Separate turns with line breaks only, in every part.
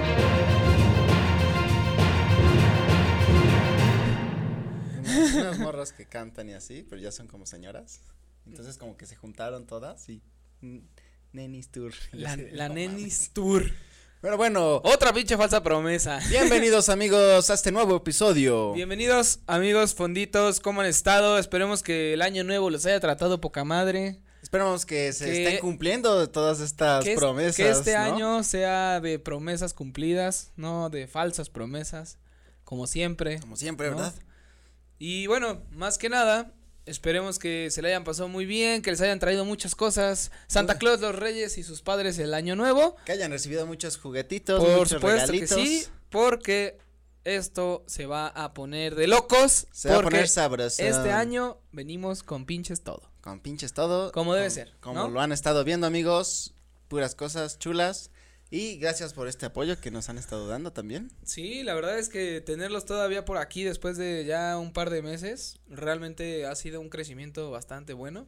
morras que cantan y así, pero ya son como señoras. Entonces como que se juntaron todas y mm, Nenis Tour. Y
La,
así de,
la
"No mames".
Nenis Tour.
Pero bueno,
Otra pinche falsa promesa.
bienvenidos amigos a este nuevo episodio.
Bienvenidos amigos fonditos, ¿cómo han estado? Esperemos que el año nuevo los haya tratado poca madre.
Esperamos que se
Que-
estén cumpliendo todas estas
que, es-
promesas.
que este
¿no?
año sea de promesas cumplidas, no de falsas promesas, como siempre.
Como siempre,
¿no?
¿verdad?
Y bueno, más que nada, esperemos que se le hayan pasado muy bien, que les hayan traído muchas cosas. Santa Claus, los Reyes y sus padres el año nuevo.
Que hayan recibido muchos juguetitos,
Por
muchos
supuesto que
regalitos.
sí, porque esto se va a poner de locos.
Se va a
porque
poner sabroso.
este año venimos con pinches todo.
Con pinches todo.
Como debe
con-
ser,
Como
¿no?
lo han estado viendo, amigos. Puras cosas chulas. Y gracias por este apoyo que nos han estado dando también.
Sí, la verdad es que tenerlos todavía por aquí después de ya un par de meses, realmente ha sido un crecimiento bastante bueno.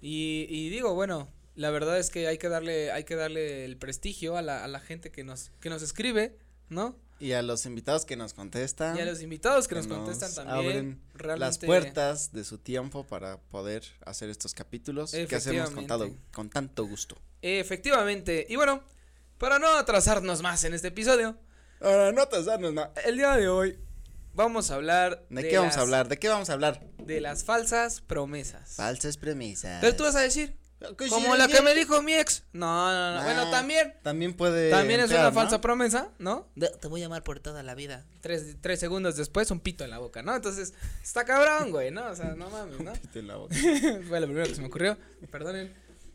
Y, y digo, bueno, la verdad es que hay que darle, hay que darle el prestigio a la, a la gente que nos, que nos escribe, ¿no?
Y a los invitados que nos contestan.
Y a los invitados que
Ah. que
nos contestan
abren
también.
las
realmente-
puertas de su tiempo para poder hacer estos capítulos que hacemos con, tado-
Efectivamente.
con tanto gusto.
Efectivamente. Y bueno, para no atrasarnos más en este episodio,
Ahora, no atrasarnos, no.
el día de hoy vamos a hablar
¿De, qué vamos a
las-
hablar? ¿De qué vamos a hablar?
De las falsas promesas.
Falsas premisas.
Pero tú vas a decir,
Que
como
sí,
la
sí.
que me dijo mi ex. No, no, no. bueno,
Ah,
también.
También puede.
También es
entrar,
una
¿no?
falsa promesa, ¿no?
te voy a amar por toda la vida.
Tres, tres segundos después, un pito en la boca, ¿no? Entonces, está cabrón, güey, ¿no? O sea, no mames, ¿no?
Pito en la boca.
Fue lo primero que se me ocurrió. Perdonen.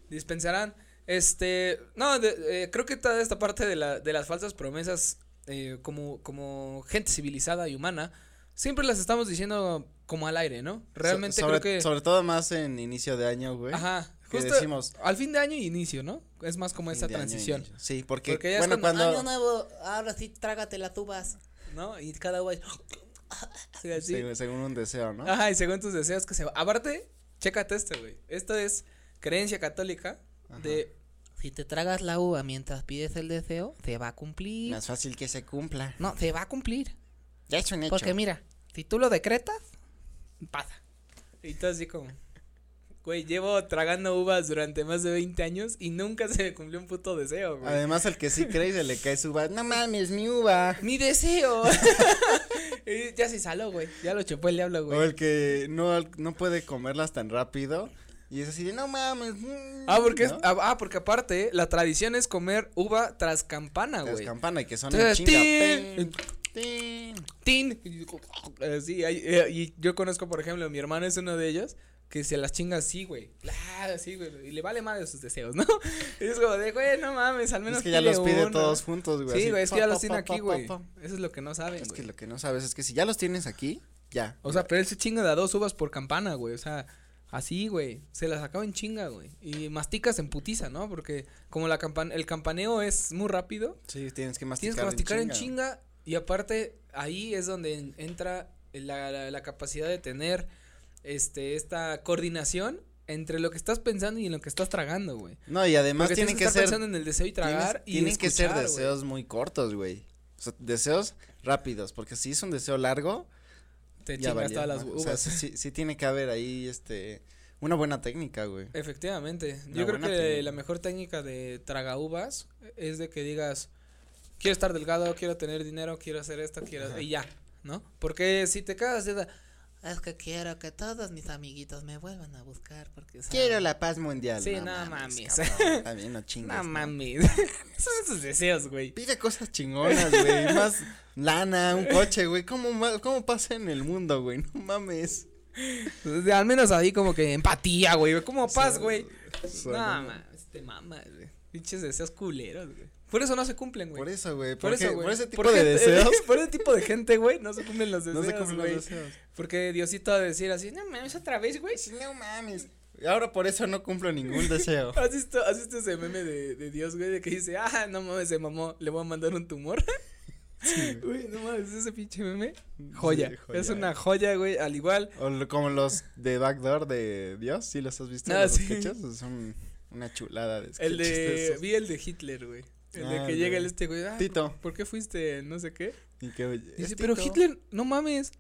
Dispensarán. Este. No, de- eh, creo que toda esta parte de, la- de las falsas promesas, eh, como, como gente civilizada y humana, siempre las estamos diciendo como al aire, ¿no? Realmente
So- sobre,
creo que.
Sobre todo más en inicio de año, güey.
ajá.
que
Justo
decimos-
al fin de año y inicio, ¿no? Es más como
Fin
esa
de año,
transición,
inicio. Sí, porque,
Porque ya es
bueno,
cuando- ah,
cuando,
Año nuevo, ahora sí trágate las uvas.
¿no? Y cada uno Sí, Ah, así.
seg- según un deseo, ¿no?
Ajá, y según tus deseos que se va. Aparte, chécate este, güey. Esto es creencia católica de
Si te tragas la uva mientras pides el deseo, se va a cumplir.
Más fácil que se cumpla.
No, se va a cumplir.
Ya es un hecho.
Porque mira, si tú lo decretas,
pasa. Y tú así como, güey, llevo tragando uvas durante más de 20 años y nunca se me cumplió un puto deseo, güey.
Además, el que sí cree y se le cae su uva. No mames, mi uva.
Mi deseo. Y ya se saló, güey. Ya lo chupó el diablo,
O
güey.
el que no, al- no puede comerlas tan rápido. Y es así de, no mames. mm",
Ah, porque es-
¿no?
ah, ah, porque aparte la tradición es comer uva tras campana,
Las
güey.
campana y que son
Entonces,
chinga. pen,
tin.
tin.
Tin. Y yo, así, ahí, eh, y yo conozco, por ejemplo, mi hermano es uno de ellos que se las chinga así, güey. Claro, así, güey. Y le vale madre sus deseos, ¿no? Y es como de, güey, no mames, al menos
Es que ya los
pide
pide
uno".
todos juntos, güey.
Sí,
así,
güey, es que
pa,
ya
pa,
los tiene
pa,
aquí,
pa,
güey.
pa.
Eso es lo que no saben,
Es que
güey.
lo que no sabes es que si ya los tienes aquí, ya.
O sea, pero él se chinga de a dos uvas por campana, güey. O sea, así, güey. Se las acaba en chinga, güey. Y masticas en putiza, ¿no? Porque como la campan el campaneo es muy rápido,
sí, tienes que masticar.
tienes que masticar en
chinga.
chinga. Y aparte, ahí es donde en- entra la, la- la capacidad de tener este esta coordinación entre lo que estás pensando y en lo que estás tragando, güey.
No, y además
Porque tienes
tienen
que
que
estar
ser.
pensando en el deseo y
tienes-
tragar y
tienen que ser
escuchar, güey.
deseos muy cortos, güey. O sea, deseos rápidos, porque si es un deseo largo,
Te
ya
chingas
valió,
todas las
¿no?
uvas.
O sea, sí- sí, sí tiene que haber ahí, este, una buena técnica, güey.
Eh, Efectivamente.
Una
Yo creo
buena
que
técnica.
la mejor técnica de traga uvas es de que digas, quiero estar delgado, quiero tener dinero, quiero hacer esto, quiero...
Ajá.
Y ya, ¿no? Porque si te quedas de... edad-
es que quiero que todos mis amiguitos me vuelvan a buscar porque saben-
Quiero la paz mundial.
Sí, no mames.
cabrón, También no chingas.
No
¿no?
mames. Son esos deseos, güey.
Pide cosas chingonas, güey. Más lana, un coche, güey. ¿Cómo, ma- ¿Cómo pasa en el mundo, güey? No mames.
O sea, Pues, Al menos ahí como que empatía, güey. Como paz,
sea,
güey.
o sea,
No,
no
mames, te mamas, güey. Pinches deseos culeros, güey. Por eso no se cumplen, güey.
Por eso, güey.
Por eso, güey.
Por ese tipo
Por
de
gente-
deseos.
por ese tipo de gente, güey, no se cumplen los deseos,
No se cumplen
güey.
los deseos.
Porque Diosito va a decir así, no mames, otra vez, güey.
Sí, No mames. Ahora por eso no cumplo ningún deseo.
¿Has visto, has visto ese meme de, de Dios, güey? De que dice, ah, no mames, se mamó, le voy a mandar un tumor. Güey, no mames, ese pinche meme. Joya.
Sí, joya. eh.
Es una joya, güey. Al igual,
O lo- como los de Backdoor de Dios, ¿sí los has visto?
Ah,
los
sí.
sketches? Son una chulada de sketches.
el de.
esos.
Vi el de Hitler, güey. El de
Ah,
que
el
llega
de
el este, güey. Ah,
Tito.
¿Por qué fuiste? No sé qué.
Y que,
Dice,
"Es
pero
Tito".
Hitler, no mames.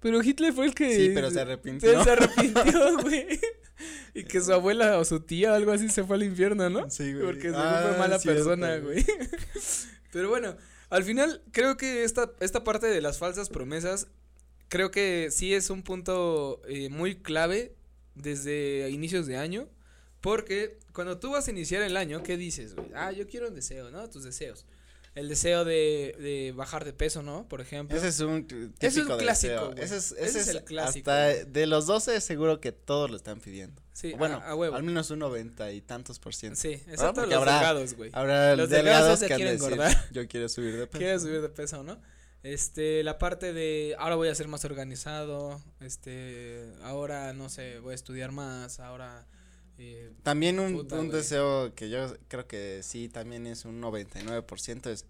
Pero Hitler fue el que.
Sí, pero se arrepintió.
Se arrepintió, güey. Y que su abuela o su tía o algo así se fue al infierno, ¿no?
Sí, güey.
Porque se
Ah,
fue mala
cierto,
persona,
güey.
güey. Pero bueno, al final creo que esta, esta parte de las falsas promesas, creo que sí es un punto eh, muy clave desde inicios de año. Porque cuando tú vas a iniciar el año, ¿qué dices, güey? Ah, yo quiero un deseo, ¿no? Tus deseos. El deseo de, de bajar de peso, ¿no? Por ejemplo.
Ese es un t- típico
Ese es un clásico,
deseo.
güey.
Ese es,
Ese
ese
es
es
el clásico,
Hasta
güey.
de los 12 seguro que todos lo están pidiendo.
Sí,
O bueno,
a, a huevo.
al menos un 90 y tantos por ciento.
Sí, excepto
porque
los
habrá-
delgados, güey.
Habrá
Los delgados
delgados
se
que han de
quieren
decir,
engordar.
yo quiero subir de peso.
Quiere subir de peso, ¿no? Este, la parte de ahora voy a ser más organizado, este, ahora no sé, voy a estudiar más, ahora eh,
También un,
Puta,
un
güey.
deseo que yo creo que sí también es un 99% es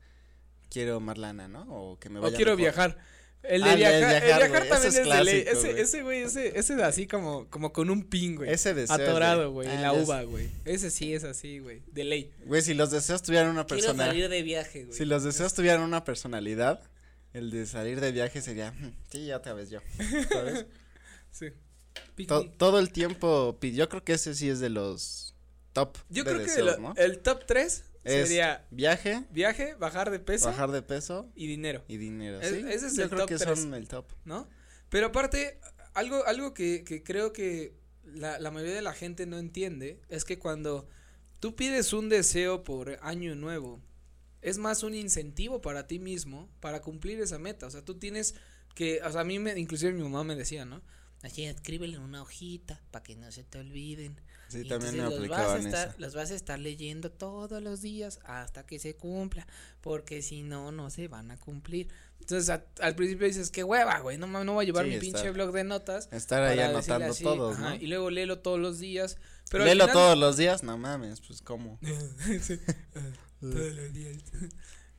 quiero más lana, ¿no? O que me
o
vaya
quiero
mejor.
viajar. El de
Ah, el de
viajar, el
viajar,
viajar
güey,
también
ese es
es, de ley.
clásico,
Ese,
güey.
ese güey, ese, ese de así como, como con un pin, güey.
Ese deseo. es de-
Atorado, güey, en
Ah,
la
ya
uva, güey. Ese sí es así, güey, de ley.
sé. Güey, si los deseos tuvieran una
Quiero
persona
salir de viaje, güey.
Si los deseos tuvieran una personalidad, el de salir de viaje sería, "Mm, sí, ya te ves yo. ¿sabes?
Sí.
To-
Picnic.
todo el tiempo, pi- yo creo que ese sí es de los top
Yo
de
creo que
deseos,
la- eh,
¿no?
el top 3
Es
sería
viaje,
viaje, bajar de peso
bajar de peso
y dinero.
y dinero,
Es-
¿sí?
E, ese es
yo
el
creo
top
que
tres.
son el top.
¿no? Pero aparte, algo, algo que, que creo que la, la mayoría de la gente no entiende es que cuando tú pides un deseo por año nuevo, es más un incentivo para ti mismo para cumplir esa meta. O sea, tú tienes que, o sea, a mí, me, inclusive mi mamá me decía, ¿no?
Así, escríbele en una hojita para que no se te olviden.
Sí,
Y
también me
entonces los vas, a
aplicaban
estar,
esa.
los vas a estar leyendo todos los días hasta que se cumpla, porque si no, no se van a cumplir.
Entonces, a- al principio dices, qué hueva, güey, no, ma- no voy a llevar
Sí,
mi
está.
pinche blog de notas.
Estar ahí
para decirle
anotando
así,
todos,
ajá,
¿no?
Y luego léelo todos los días. Pero al
Léelo
final-
todos los días, no mames, pues cómo.
Sí, ah, todos los días.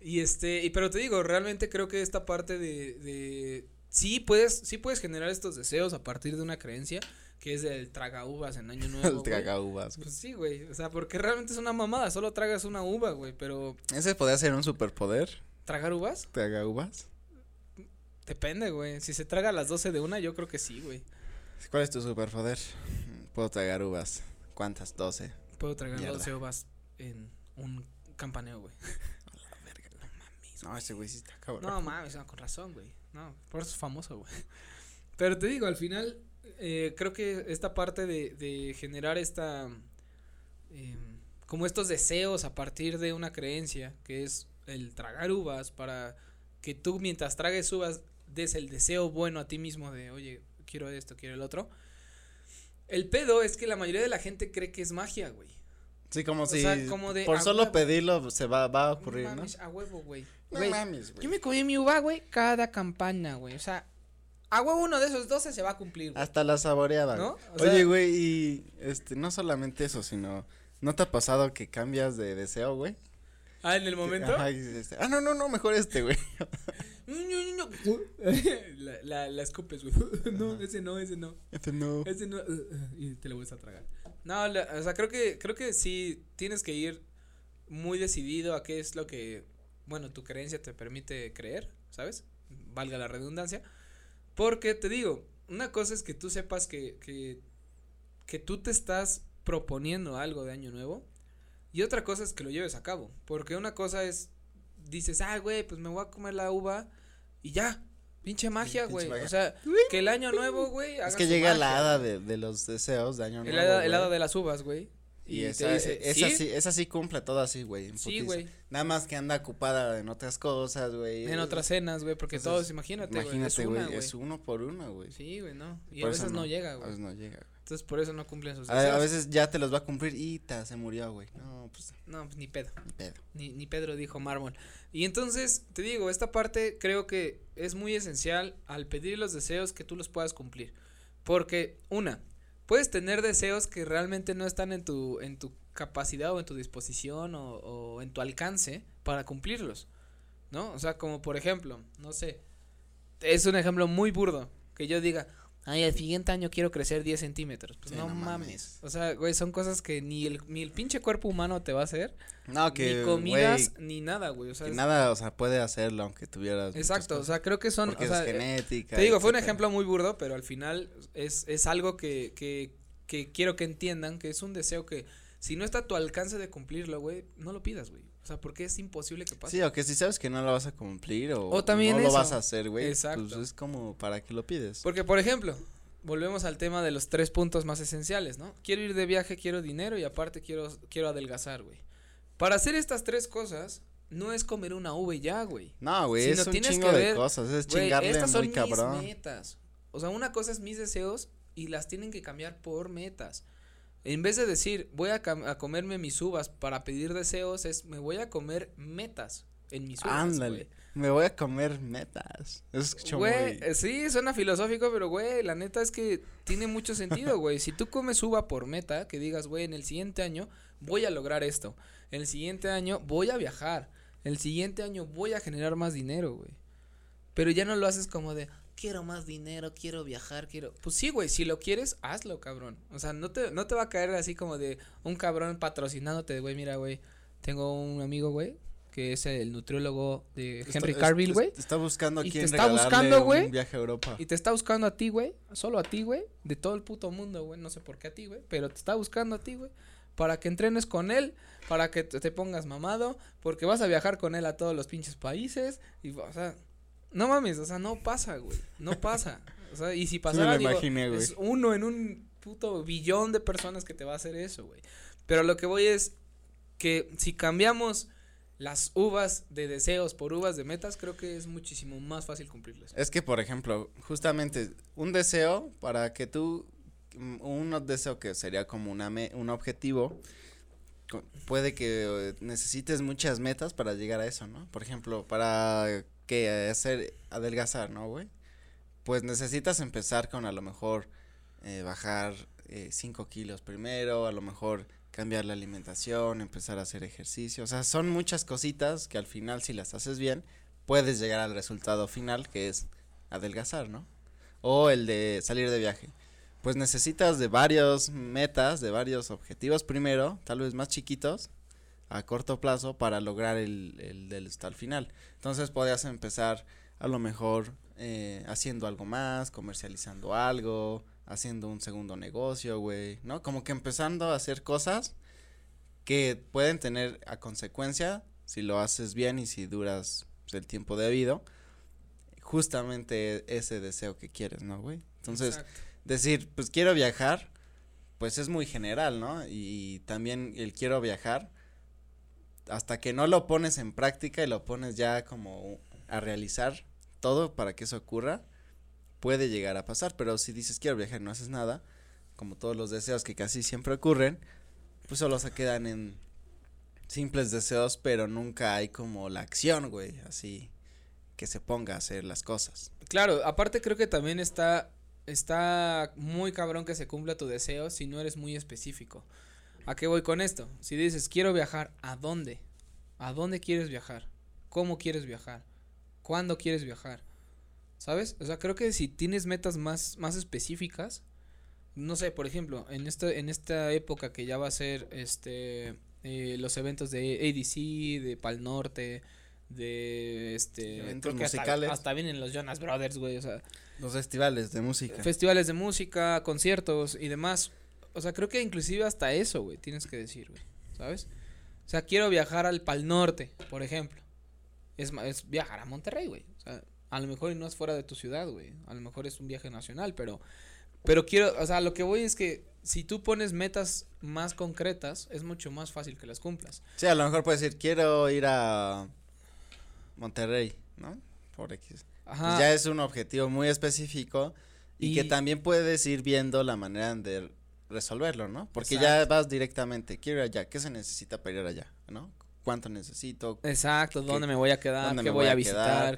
Y este, y pero te digo, realmente creo que esta parte de, de sí puedes, sí puedes generar estos deseos a partir de una creencia que es del traga uvas en año nuevo.
El
güey.
traga uvas. güey.
Pues sí, güey. O sea, porque realmente es una mamada, solo tragas una uva, güey. Pero,
Ese podría ser un superpoder,
¿tragar uvas?
traga uvas.
Depende, güey. Si se traga a las 12 de una, yo creo que sí, güey.
¿Cuál es tu superpoder? Puedo tragar uvas. ¿Cuántas? 12.
Puedo tragar
Mierda.
12 uvas en un campaneo, güey.
No, ese güey sí está cabrón.
No mames, no, con razón, güey. No, por eso es famoso, güey. Pero te digo, al final, eh, creo que esta parte de, de generar esta. em, como estos deseos a partir de una creencia, que es el tragar uvas, para que tú mientras tragues uvas des el deseo bueno a ti mismo de, oye, quiero esto, quiero el otro. El pedo es que la mayoría de la gente cree que es magia, güey.
Sí, como
O
si
sea, como de,
por
ah,
solo
huevo.
pedirlo se va, va a ocurrir,
no
¿no?
mames, a huevo, güey.
No
Güey,
mames,
Yo me comí mi uva, güey, cada campana, güey. O sea, a huevo uno de esos 12 se va a cumplir, güey.
Hasta la saboreaba.
¿No?
güey.
O sea-
Oye, güey, y este, no solamente eso, sino, ¿no te ha pasado que cambias de deseo, güey?
Ah, en el
Que-
momento.
ajá, y dices, ah, no, no, no, mejor este, güey.
la, la, la escupes, güey. no,
Ajá.
ese no, ese no.
Este no.
Ese no. eh, y te lo vuelves a tragar. No, la- o sea, creo que, creo que sí tienes que ir muy decidido a qué es lo que, bueno, tu creencia te permite creer, ¿sabes? Valga la redundancia. Porque te digo, una cosa es que tú sepas que, que, que tú te estás proponiendo algo de año nuevo. Y otra cosa es que lo lleves a cabo. Porque una cosa es, dices, ah, güey, pues me voy a comer la uva y ya. Pinche magia,
pinche
güey.
magia.
O sea, que el año nuevo, güey.
Es
haga
que
su
llega la
magia,
hada de, de los deseos de año
el
nuevo,
hada, el
güey.
hada de las uvas, güey.
Y,
Y,
esa,
te dice,
e- esa
¿sí?
¿sí? esa sí cumple todo así, güey. en
Sí,
putiza.
güey.
Nada más que anda ocupada en otras cosas, güey.
En
Es-
otras cenas, güey, porque
entonces,
todos, imagínate, güey.
Imagínate,
es una,
güey, es uno por uno, güey.
Sí, güey, no. Y a
Por eso
veces no, llega, güey. Pues,
A veces no llega, güey.
Entonces por eso no cumplen sus deseos.
A, a veces ya te los va a cumplir y ta, se murió, güey. No, pues,
No, pues ni pedo.
ni pedo.
Ni, ni Pedro dijo mármol. Y entonces, te digo, esta parte creo que es muy esencial al pedir los deseos que tú los puedas cumplir. Porque, una, puedes tener deseos que realmente no están en tu, en tu capacidad o en tu disposición o, o en tu alcance para cumplirlos. ¿No? O sea, como por ejemplo, no sé, es un ejemplo muy burdo que yo diga, Ay, el siguiente año quiero crecer 10 centímetros. Pues
Sí,
no,
no
mames.
mames.
O sea, güey, son cosas que ni el, ni el pinche cuerpo humano te va a hacer.
No, que,
ni
güey,
comidas, ni nada, güey. O sea,
que
es-
nada, o sea, puede hacerlo aunque tuvieras. muchas
Exacto, o
cosas,
sea, creo que son.
porque
o sea, eh,
es genética.
te digo, fue un
etcétera.
ejemplo muy burdo, pero al final es, es algo que, que, que quiero que entiendan, que es un deseo que si no está a tu alcance de cumplirlo, güey, no lo pidas, güey. O sea, porque es imposible que pase.
Sí, o que si sabes que no lo vas a cumplir o,
O también
no
eso.
lo vas a hacer, güey.
Exacto.
Pues es como para qué lo pides.
Porque, por ejemplo, volvemos al tema de los tres puntos más esenciales, ¿no? Quiero ir de viaje, quiero dinero y aparte quiero, quiero adelgazar, güey. Para hacer estas tres cosas, no es comer una uva y ya, güey.
No, güey,
Si
es
no
un
tienes
chingo
que
de
ver,
cosas, es
Güey,
chingarle
estas son
muy cabrón.
mis metas. O sea, una cosa es mis deseos y las tienen que cambiar por metas. En vez de decir, voy a, cam- a comerme mis uvas para pedir deseos, es me voy a comer metas en mis uvas.
Ándale. Me voy a comer metas. Eso escuchó
Güey,
muy-
eh, sí, suena filosófico, pero güey, la neta es que tiene mucho sentido, güey. Si tú comes uva por meta, que digas, güey, en el siguiente año voy a lograr esto. En el siguiente año voy a viajar. El siguiente año voy a generar más dinero, güey. Pero ya no lo haces como de, quiero más dinero, quiero viajar, quiero. Pues sí, güey, si lo quieres, hazlo, cabrón. O sea, no te, no te va a caer así como de un cabrón patrocinándote, de, güey, mira, güey, tengo un amigo, güey, que es el nutriólogo de
Está-
Henry
es-
Carville,
es-
güey.
Está buscando a
Y te
quién
está
regalarle
buscando,
un
güey.
viaje a Europa.
Y te está buscando a ti, güey. Solo a ti, güey. De todo el puto mundo, güey. No sé por qué a ti, güey. Pero te está buscando a ti, güey. Para que entrenes con él. Para que te te pongas mamado. Porque vas a viajar con él a todos los pinches países. Y, o sea, no mames. O sea, no pasa, güey. No pasa. O sea, y si pasara,
lo
digo,
imaginé, güey.
es uno en un puto billón de personas que te va a hacer eso, güey. Pero lo que voy es que si cambiamos las uvas de deseos por uvas de metas, creo que es muchísimo más fácil cumplirlas.
Es que, por ejemplo, justamente un deseo para que tú, mm, un deseo que sería como una me- un objetivo, co- puede que eh, necesites muchas metas para llegar a eso, ¿no? Por ejemplo, para que hacer, adelgazar, ¿no, güey? Pues necesitas empezar con a lo mejor eh, bajar 5 kilos primero, a lo mejor cambiar la alimentación, empezar a hacer ejercicio, o sea, son muchas cositas que al final si las haces bien, puedes llegar al resultado final que es adelgazar, ¿no? O el de salir de viaje. Pues necesitas de varios metas, de varios objetivos primero, tal vez más chiquitos, a corto plazo, para lograr el, el del hasta el final. Entonces podrías empezar a lo mejor eh, haciendo algo más, comercializando algo, haciendo un segundo negocio, güey, ¿no? Como que empezando a hacer cosas que pueden tener a consecuencia, si lo haces bien y si duras pues, el tiempo debido, justamente ese deseo que quieres, ¿no, güey? Entonces,
Exacto.
decir, pues quiero viajar, pues es muy general, ¿no? Y también el quiero viajar, hasta que no lo pones en práctica y lo pones ya como a realizar todo para que eso ocurra, puede llegar a pasar, pero si dices quiero viajar y no haces nada, como todos los deseos que casi siempre ocurren, pues solo se quedan en simples deseos, pero nunca hay como la acción, güey, así que se ponga a hacer las cosas.
Claro, aparte creo que también está está muy cabrón que se cumpla tu deseo si no eres muy específico. ¿A qué voy con esto? Si dices, "Quiero viajar", ¿a dónde? ¿A dónde quieres viajar? ¿Cómo quieres viajar? ¿Cuándo quieres viajar? ¿Sabes? O sea, creo que si tienes metas más más específicas, no sé, por ejemplo, en esta en esta época que ya va a ser este eh, los eventos de ADC, de Pal Norte, de este
Eventos
creo que hasta-
musicales.
hasta vienen los Jonas Brothers, güey, o sea,
Los festivales de música.
festivales de música, conciertos y demás. O sea, creo que inclusive hasta eso, güey, tienes que decir, güey, ¿sabes? O sea, quiero viajar al Pal Norte, por ejemplo. Es, ma- es viajar a Monterrey, güey. O sea, a lo mejor y no es fuera de tu ciudad, güey. A lo mejor es un viaje nacional, pero... Pero quiero, o sea, lo que voy es que si tú pones metas más concretas, es mucho más fácil que las cumplas.
Sí, a lo mejor puedes decir, quiero ir a Monterrey, ¿no? Por X.
Ajá.
Pues ya es un objetivo muy específico y, que
Y-
también puedes ir viendo la manera de resolverlo, ¿no? Porque ya
Exacto.
vas directamente, quiero ir allá, ¿qué se necesita para ir allá? ¿No? ¿Cuánto necesito?
Exacto, ¿dónde
¿Qué-
me voy a quedar?
¿Dónde
Ah, ¿Qué
me
voy, a visitar?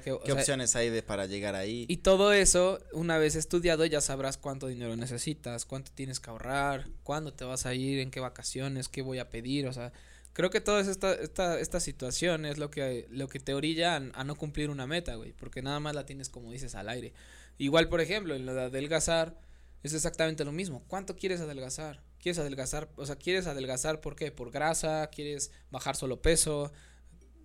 quedar?
¿Qué,
¿Qué,
o sea,
opciones hay de para llegar ahí?
Y todo eso, una vez estudiado, ya sabrás cuánto dinero necesitas, cuánto tienes que ahorrar, cuándo te vas a ir, en qué vacaciones, qué voy a pedir, o sea, Creo que toda esta, esta, esta situación es lo que, lo que te orilla a, a no cumplir una meta, güey, porque nada más la tienes, como dices, al aire. Igual, por ejemplo, en lo de adelgazar es exactamente lo mismo. ¿Cuánto quieres adelgazar? ¿Quieres adelgazar? O sea, ¿quieres adelgazar por qué? ¿Por grasa? ¿Quieres bajar solo peso?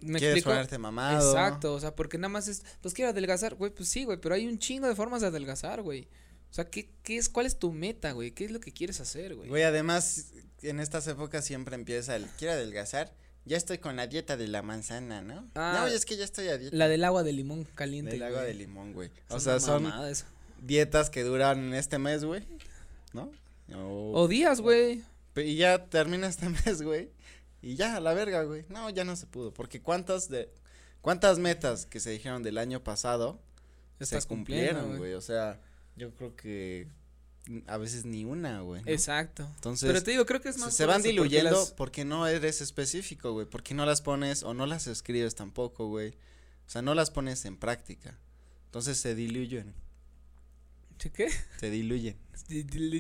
¿Me
Quieres
explico?
ponerte mamado.
Exacto, o sea, porque nada más es, pues quiero adelgazar, güey, pues sí, güey, pero hay un chingo de formas de adelgazar, güey. O sea, ¿qué, qué es, cuál es tu meta, güey? ¿Qué es lo que quieres hacer, güey?
Güey, además, en estas épocas siempre empieza el quiero adelgazar. Ya estoy con la dieta de la manzana, ¿no?
Ah.
no, es que ya estoy a dieta
La del agua de limón caliente.
del agua de
güey.
limón, güey. O
Es
sea,
una
son
mamada eso.
dietas que duran este mes, güey. ¿No? O-
O días, güey.
pe- Y ya termina este mes, güey. Y ya, a la verga, güey. No, ya no se pudo. Porque cuántas de cuántas metas que se dijeron del año pasado
Estás
se
cumpliendo,
cumplieron,
güey.
güey. O sea, yo creo que n- a veces ni una, güey. ¿no?
Exacto.
Entonces,
Pero te digo, creo que es
se-
más.
se
por
van
eso, porque
diluyendo
las-
porque no eres específico, güey. Porque no las pones o no las escribes tampoco, güey. O sea, no las pones en práctica. Entonces se diluyen.
¿Sí ¿Qué?
Se diluyen.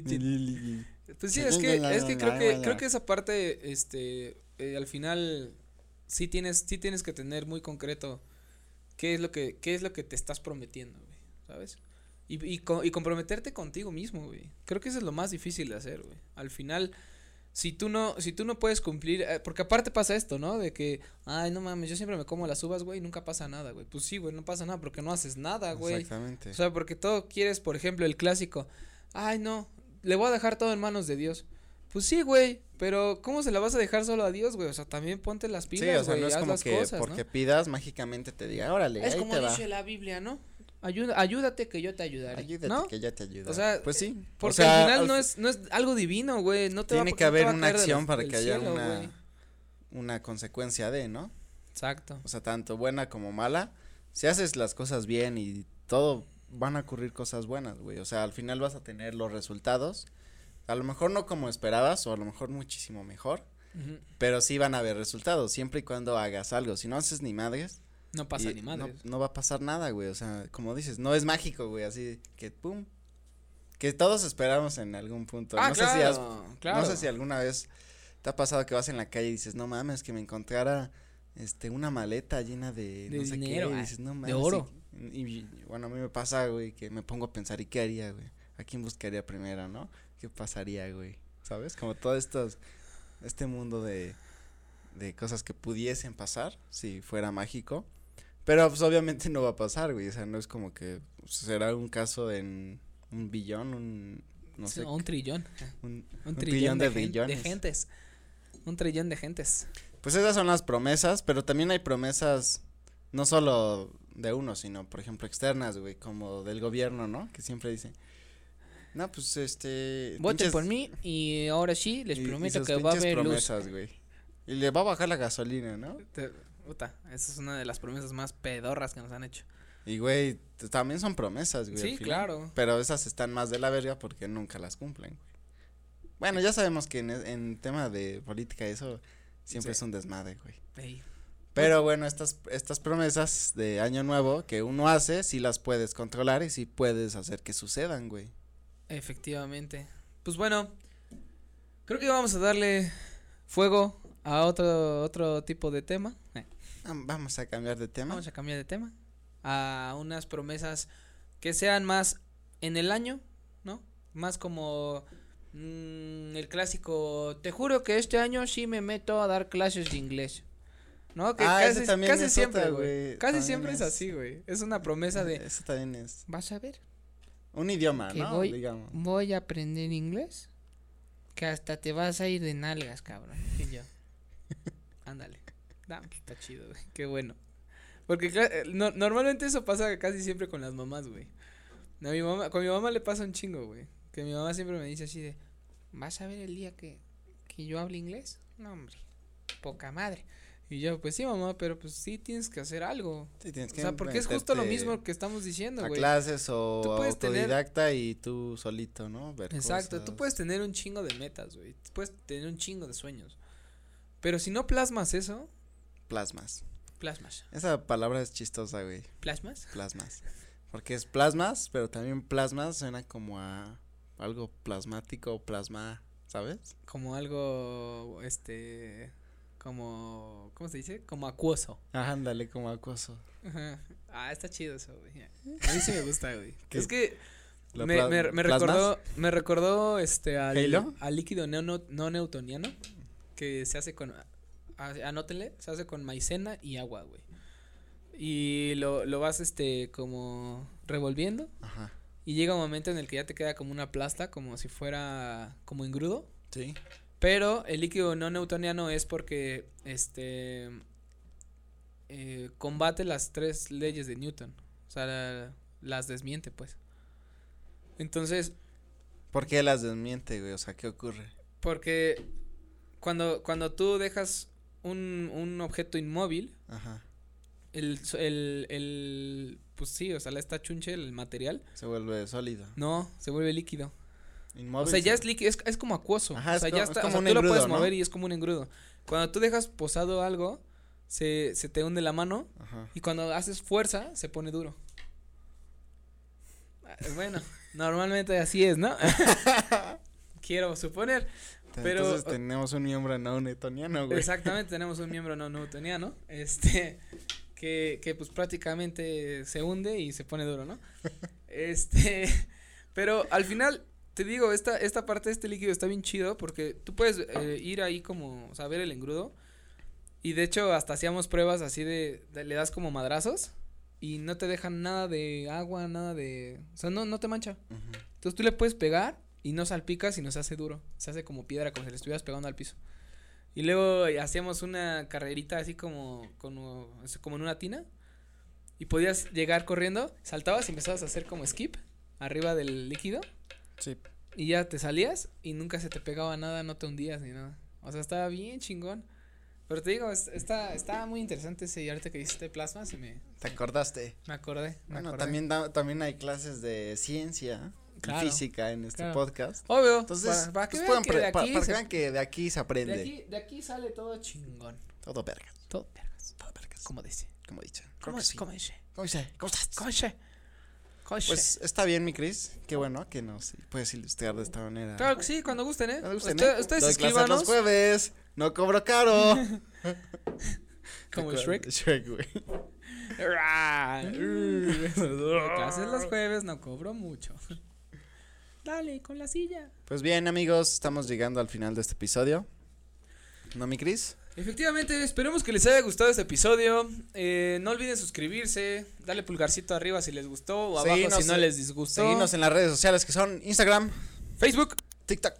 Pues sí, es que, es que creo que, creo que esa parte, este, eh, al final, sí tienes, sí tienes que tener muy concreto qué es lo que, qué es lo que te estás prometiendo, güey, ¿sabes? Y, y, co- y comprometerte contigo mismo, güey. Creo que eso es lo más difícil de hacer, güey. Al final, si tú no, si tú no puedes cumplir, eh, porque aparte pasa esto, ¿no? De que, ay, no mames, yo siempre me como las uvas, güey, y nunca pasa nada, güey. Pues sí, güey, no pasa nada porque no haces nada, Ah, güey.
Exactamente.
O sea, porque todo quieres, por ejemplo, el clásico. Ay, no, le voy a dejar todo en manos de Dios. Pues sí, güey, pero ¿cómo se la vas a dejar solo a Dios, güey? O sea, también ponte las
sí,
pilas,
o sea,
güey,
no es
haz
como
las
que
cosas,
porque pidas mágicamente te diga, órale,
¿no? Es
ahí
como
te va.
dice la Biblia, ¿no? Ayuda, ayúdate que yo te ayudaré,
Ayúdate
¿no?
que ya te ayuda.
O sea,
pues sí. o
Porque
sea,
al final
al-
no es no es algo divino, güey, no te va-
tiene
porque
que
no te
haber
va a
una
caer de
acción
los-
para
del
que haya
cielo,
una
güey.
una consecuencia de, ¿no?
Exacto.
O sea, tanto buena como mala. Si haces las cosas bien y todo, van a ocurrir cosas buenas, güey. O sea, al final vas a tener los resultados. A lo mejor no como esperabas o a lo mejor muchísimo mejor,
Ujú.
pero sí van a haber resultados siempre y cuando hagas algo. Si no haces ni madres,
No pasa
y
ni
no,
madres.
no va a pasar nada, güey. O sea, como dices, no es mágico, güey. Así que pum. Que todos esperamos en algún punto.
Ah,
no sé si has-
claro, claro.
no sé si alguna vez te ha pasado que vas en la calle y dices, no mames, que me encontrara este una maleta llena de,
De
no sé qué",
dinero,
y
ah,
dices, "No mames",
oro.
Y, y- y, bueno, a mí me pasa, güey, que me pongo a pensar, ¿y qué haría, güey? ¿A quién buscaría primero, no? ¿Qué pasaría, güey? ¿Sabes? Como todo estos, este mundo de, de cosas que pudiesen pasar si fuera mágico. Pero pues obviamente no va a pasar, güey. O sea, no es como que pues, será un caso en un billón, un no sé,
un trillón.
un-
Un,
Un trillón
trillón,
de
de, gen- de
billones.
gentes. Un trillón de gentes.
Pues esas son las promesas, pero también hay promesas no solo de uno, sino por ejemplo externas, güey, como del gobierno, ¿no? Que siempre dicen, no, pues este.
Voten
pinches-
por mí y ahora sí les
y- y
prometo
sus
que va a
pinches
haber
promesas, güey. Y le va a bajar la gasolina, ¿no?
luz. Te- Puta, esa es una de las promesas más pedorras que nos han hecho.
Y güey, t- también son promesas, güey. al
Sí,
final.
claro.
Pero esas están más de la verga porque nunca las cumplen, güey. Bueno, ya sabemos que en, e- en tema de política eso siempre
Sí. Pues
es un desmadre, güey.
Ey,
Pero bueno, estas, estas promesas de año nuevo que uno hace, sí las puedes controlar y sí puedes hacer que sucedan, güey.
efectivamente. Pues bueno, creo que vamos a darle fuego a otro, otro tipo de tema. Eh,
Ah, Vamos a cambiar de tema.
Vamos a cambiar de tema. A unas promesas que sean más en el año, ¿no? Más como mm, el clásico, te juro que este año sí me meto a dar clases de inglés. ¿No? Que
Ah, ese
casi,
también
casi
es
siempre,
otra, güey.
güey. Casi
También
siempre es
es-
así, güey. Es una promesa de...
Eso también es
Vas a ver,
un idioma,
Que
¿no?
voy-
Digamos.
voy a aprender inglés. Que hasta te vas a ir de nalgas, cabrón.
Y yo, Ándale. Da, pues, está chido, güey. Qué bueno. Porque cla- eh, no- normalmente eso pasa casi siempre con las mamás, güey. A mi mamá, con mi mamá le pasa un chingo, güey. Que mi mamá siempre me dice así de,
¿Vas a ver el día que, que yo hable inglés? No, hombre. Poca madre.
Y yo, pues sí, mamá, pero pues sí tienes que hacer algo.
Sí, tienes
O
que
sea, porque es justo lo
meterte
mismo que estamos diciendo,
A
güey.
clases o
Tú puedes tener-
autodidacta y tú solito, ¿no? Ver
Exacto, tú
cosas.
puedes tener un chingo de metas, güey. Puedes tener un chingo de sueños. Pero si no plasmas eso,
Plasmas.
plasmas.
Esa palabra es chistosa, güey.
¿Plasmas?
Plasmas. Porque es plasmas, pero también plasmas suena como a algo plasmático, plasma, ¿sabes?
Como algo, este... como, ¿cómo se dice? Como acuoso.
Ah, ándale, como acoso.
Ajá. Ah, está chido eso, güey. A mí sí me gusta, güey.
¿Qué?
es que
¿Lo
me,
pla-
me- me
plasmas?
recordó, me recordó este al,
¿Halo?
al líquido neo- no, no newtoniano que se hace con a- anótenle, se hace con maicena y agua, güey. Y lo, lo vas este como revolviendo
Ajá.
y llega un momento en el que ya te queda como una plasta, como si fuera como engrudo.
Sí.
Pero el líquido no newtoniano es porque este eh, combate las tres leyes de Newton. O sea, la- las desmiente, pues. Entonces,
¿Por qué las desmiente, güey? O sea, ¿qué ocurre?
porque cuando, cuando tú dejas un, un objeto inmóvil,
Ajá.
el, so- el, el- pues sí, o sea, la- esta chunche, el material,
Se vuelve sólido.
no, se vuelve líquido.
Inmóvil.
o sea, ya
se-
es líquido, es, es como acuoso.
Ajá,
o
es
sea,
como-
ya
es
está, o
como
sea,
un
tú lo puedes
engrudo, ¿no?
mover y es como un engrudo. Cuando tú dejas posado algo, se, se te hunde la mano
Ajá.
y cuando haces fuerza, se pone duro. Ah, Bueno, normalmente así es, ¿no? Quiero suponer. Pero-
Entonces tenemos un miembro no newtoniano, güey.
Exactamente, tenemos un miembro no newtoniano, este, que, que pues prácticamente se hunde y se pone duro, ¿no? Este, pero al final, te digo, esta, esta parte de este líquido está bien chido porque tú puedes eh, ir ahí como, o sea, ver el engrudo y de hecho hasta hacíamos pruebas así de, de- le das como madrazos y no te dejan nada de agua, nada de, o sea, no, no te mancha.
Ujú.
Entonces tú le puedes pegar y no salpicas y no se hace duro. Se hace como piedra, como si le estuvieras pegando al piso. Y luego eh, hacíamos una carrerita así como, como, así como en una tina. Y podías llegar corriendo, saltabas y empezabas a hacer como skip arriba del líquido.
Sí.
Y ya te salías y nunca se te pegaba nada, no te hundías ni nada. O sea, estaba bien chingón. Pero te digo, es- está, está muy interesante ese arte que hiciste plasma, se me,
¿Te acordaste?
me acordé. Me
Bueno,
acordé.
también, da- también hay clases de ciencia y
Claro,
física en este
claro.
podcast.
Obvio.
Entonces,
para, para que
pues, puedan
vean que
pre-
de
pa-
aquí
para que
se
vean que de aquí se
De
aprende.
aquí, de aquí sale todo chingón.
Todo verga,
Todo vergas.
todo verga,
Como dice.
como he dicho. Creo
Como
que sí.
como dice.
¿Cómo se- cómo estás?
Como dice. Como dice.
Pues está bien, mi Cris. Qué bueno que nos puedes ilustrar de esta manera.
claro que sí, cuando gusten, ¿eh?
¿No te gusta,
Usted-
no?
Ustedes
Doy clases los
escribanos.
jueves. No cobro caro.
Como
Recuerda-
Shrek.
Shrek, güey.
Doy clases los jueves, no cobro mucho. Dale, con la silla.
Pues bien, amigos, estamos llegando al final de este episodio. ¿No, mi Cris?
Efectivamente, esperemos que les haya gustado este episodio. Eh, no olviden suscribirse, darle pulgarcito arriba si les gustó o abajo
Seguinos
si no
en-
les disgustó.
Seguimos en las redes sociales que son Instagram,
Facebook,
TikTok.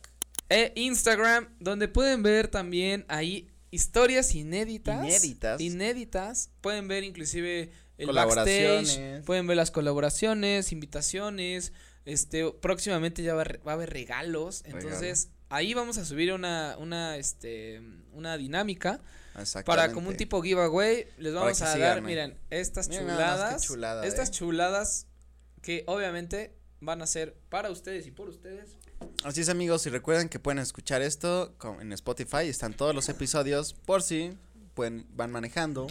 e Instagram, donde pueden ver también ahí historias inéditas.
Inéditas.
Inéditas. Pueden ver inclusive el
Colaboraciones.
backstage, pueden ver las colaboraciones, invitaciones, este próximamente ya va, a re- va a haber regalos, entonces ahí vamos a subir una una este una dinámica para como un
Exactamente.
tipo giveaway, les
Para
vamos
que
a
sigan,
dar,
¿no?
miren, estas
Miren nada más qué
chuladas,
chulada,
estas
¿eh?
chuladas que obviamente van a ser para ustedes y por ustedes.
Así es, amigos, y recuerden que pueden escuchar esto con- en Spotify. Están todos los episodios por si pueden, van manejando.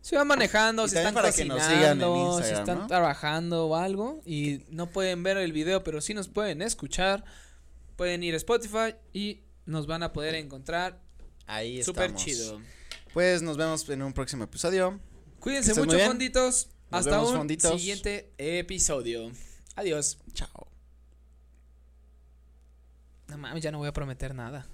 Se van manejando,
Y
si
también
están
para que nos
cocinando,
sigan en
si
Instagram,
están
¿no?
trabajando o algo y no pueden ver el video, pero sí nos pueden escuchar. Pueden ir a Spotify y nos van a poder encontrar.
Ahí
Súper
estamos.
chido.
Pues nos vemos en un próximo episodio.
Cuídense
Estén muy
mucho,
bien.
fonditos.
Nos
Hasta
vemos,
un
fonditos.
siguiente episodio. Adiós.
Chao.
No mames, ya no voy a prometer nada.